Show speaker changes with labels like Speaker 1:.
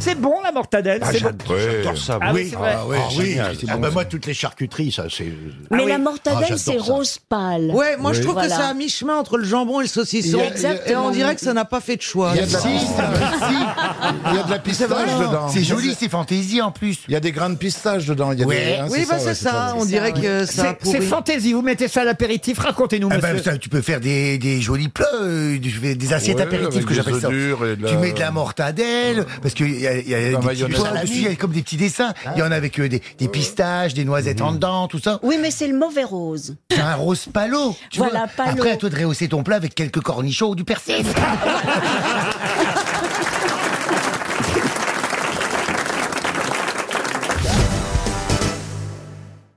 Speaker 1: c'est bon la mortadelle.
Speaker 2: Ah,
Speaker 1: c'est bon.
Speaker 2: j'adore j'adore ça.
Speaker 1: Ah oui,
Speaker 2: oui,
Speaker 1: c'est vrai.
Speaker 2: Ah, ouais,
Speaker 3: Ah oui,
Speaker 2: génial, c'est
Speaker 3: ah
Speaker 2: bon,
Speaker 3: bah
Speaker 2: ça.
Speaker 3: moi toutes les charcuteries, ça c'est.
Speaker 4: Mais
Speaker 1: oui.
Speaker 4: la
Speaker 3: Ah,
Speaker 4: mortadelle,
Speaker 3: j'adore
Speaker 4: c'est
Speaker 3: ça.
Speaker 4: rose pâle.
Speaker 5: Ouais, moi je trouve
Speaker 4: Voilà.
Speaker 5: que c'est à mi-chemin entre le jambon et le
Speaker 4: Il
Speaker 5: saucisson.
Speaker 4: y a- il y a-
Speaker 5: Et on dirait que ça n'a pas fait de choix.
Speaker 6: Il y a de la
Speaker 5: Ça.
Speaker 6: pistache. Il y a de la pistache dedans.
Speaker 3: C'est joli,
Speaker 6: c'est fantaisie en plus. Il y a des grains de pistache dedans. il y a
Speaker 3: Ouais.
Speaker 6: des- hein,
Speaker 5: Oui, bah c'est
Speaker 6: ouais,
Speaker 5: ça. On
Speaker 4: C'est
Speaker 5: dirait
Speaker 4: ça,
Speaker 5: que
Speaker 1: C'est-
Speaker 5: ça a
Speaker 1: C'est
Speaker 5: pourri.
Speaker 1: fantaisie. Vous mettez ça à l'apéritif. Racontez-nous,
Speaker 6: Ah
Speaker 2: Eh ben,
Speaker 1: monsieur.
Speaker 6: bah, ça, tu peux faire des, des jolis plats, euh, tu fais des assiettes
Speaker 2: Ouais,
Speaker 6: apéritives
Speaker 2: avec
Speaker 6: que
Speaker 2: des
Speaker 6: j'appelle
Speaker 2: œufs
Speaker 6: ça.
Speaker 2: durs et de
Speaker 6: Tu
Speaker 2: la-
Speaker 6: mets de la mortadelle, parce qu'il y a, y a des petits
Speaker 2: mayonnaise.
Speaker 6: pois dessus, il y a comme des petits dessins. Il y en a avec euh, des, des pistaches, des noisettes en dedans, tout ça.
Speaker 4: Oui, mais c'est le mauvais rose.
Speaker 6: C'est un rose palo. Tu
Speaker 4: Voilà,
Speaker 6: vois.
Speaker 4: palo.
Speaker 6: Après, à toi de rehausser ton plat avec quelques cornichons ou du persil.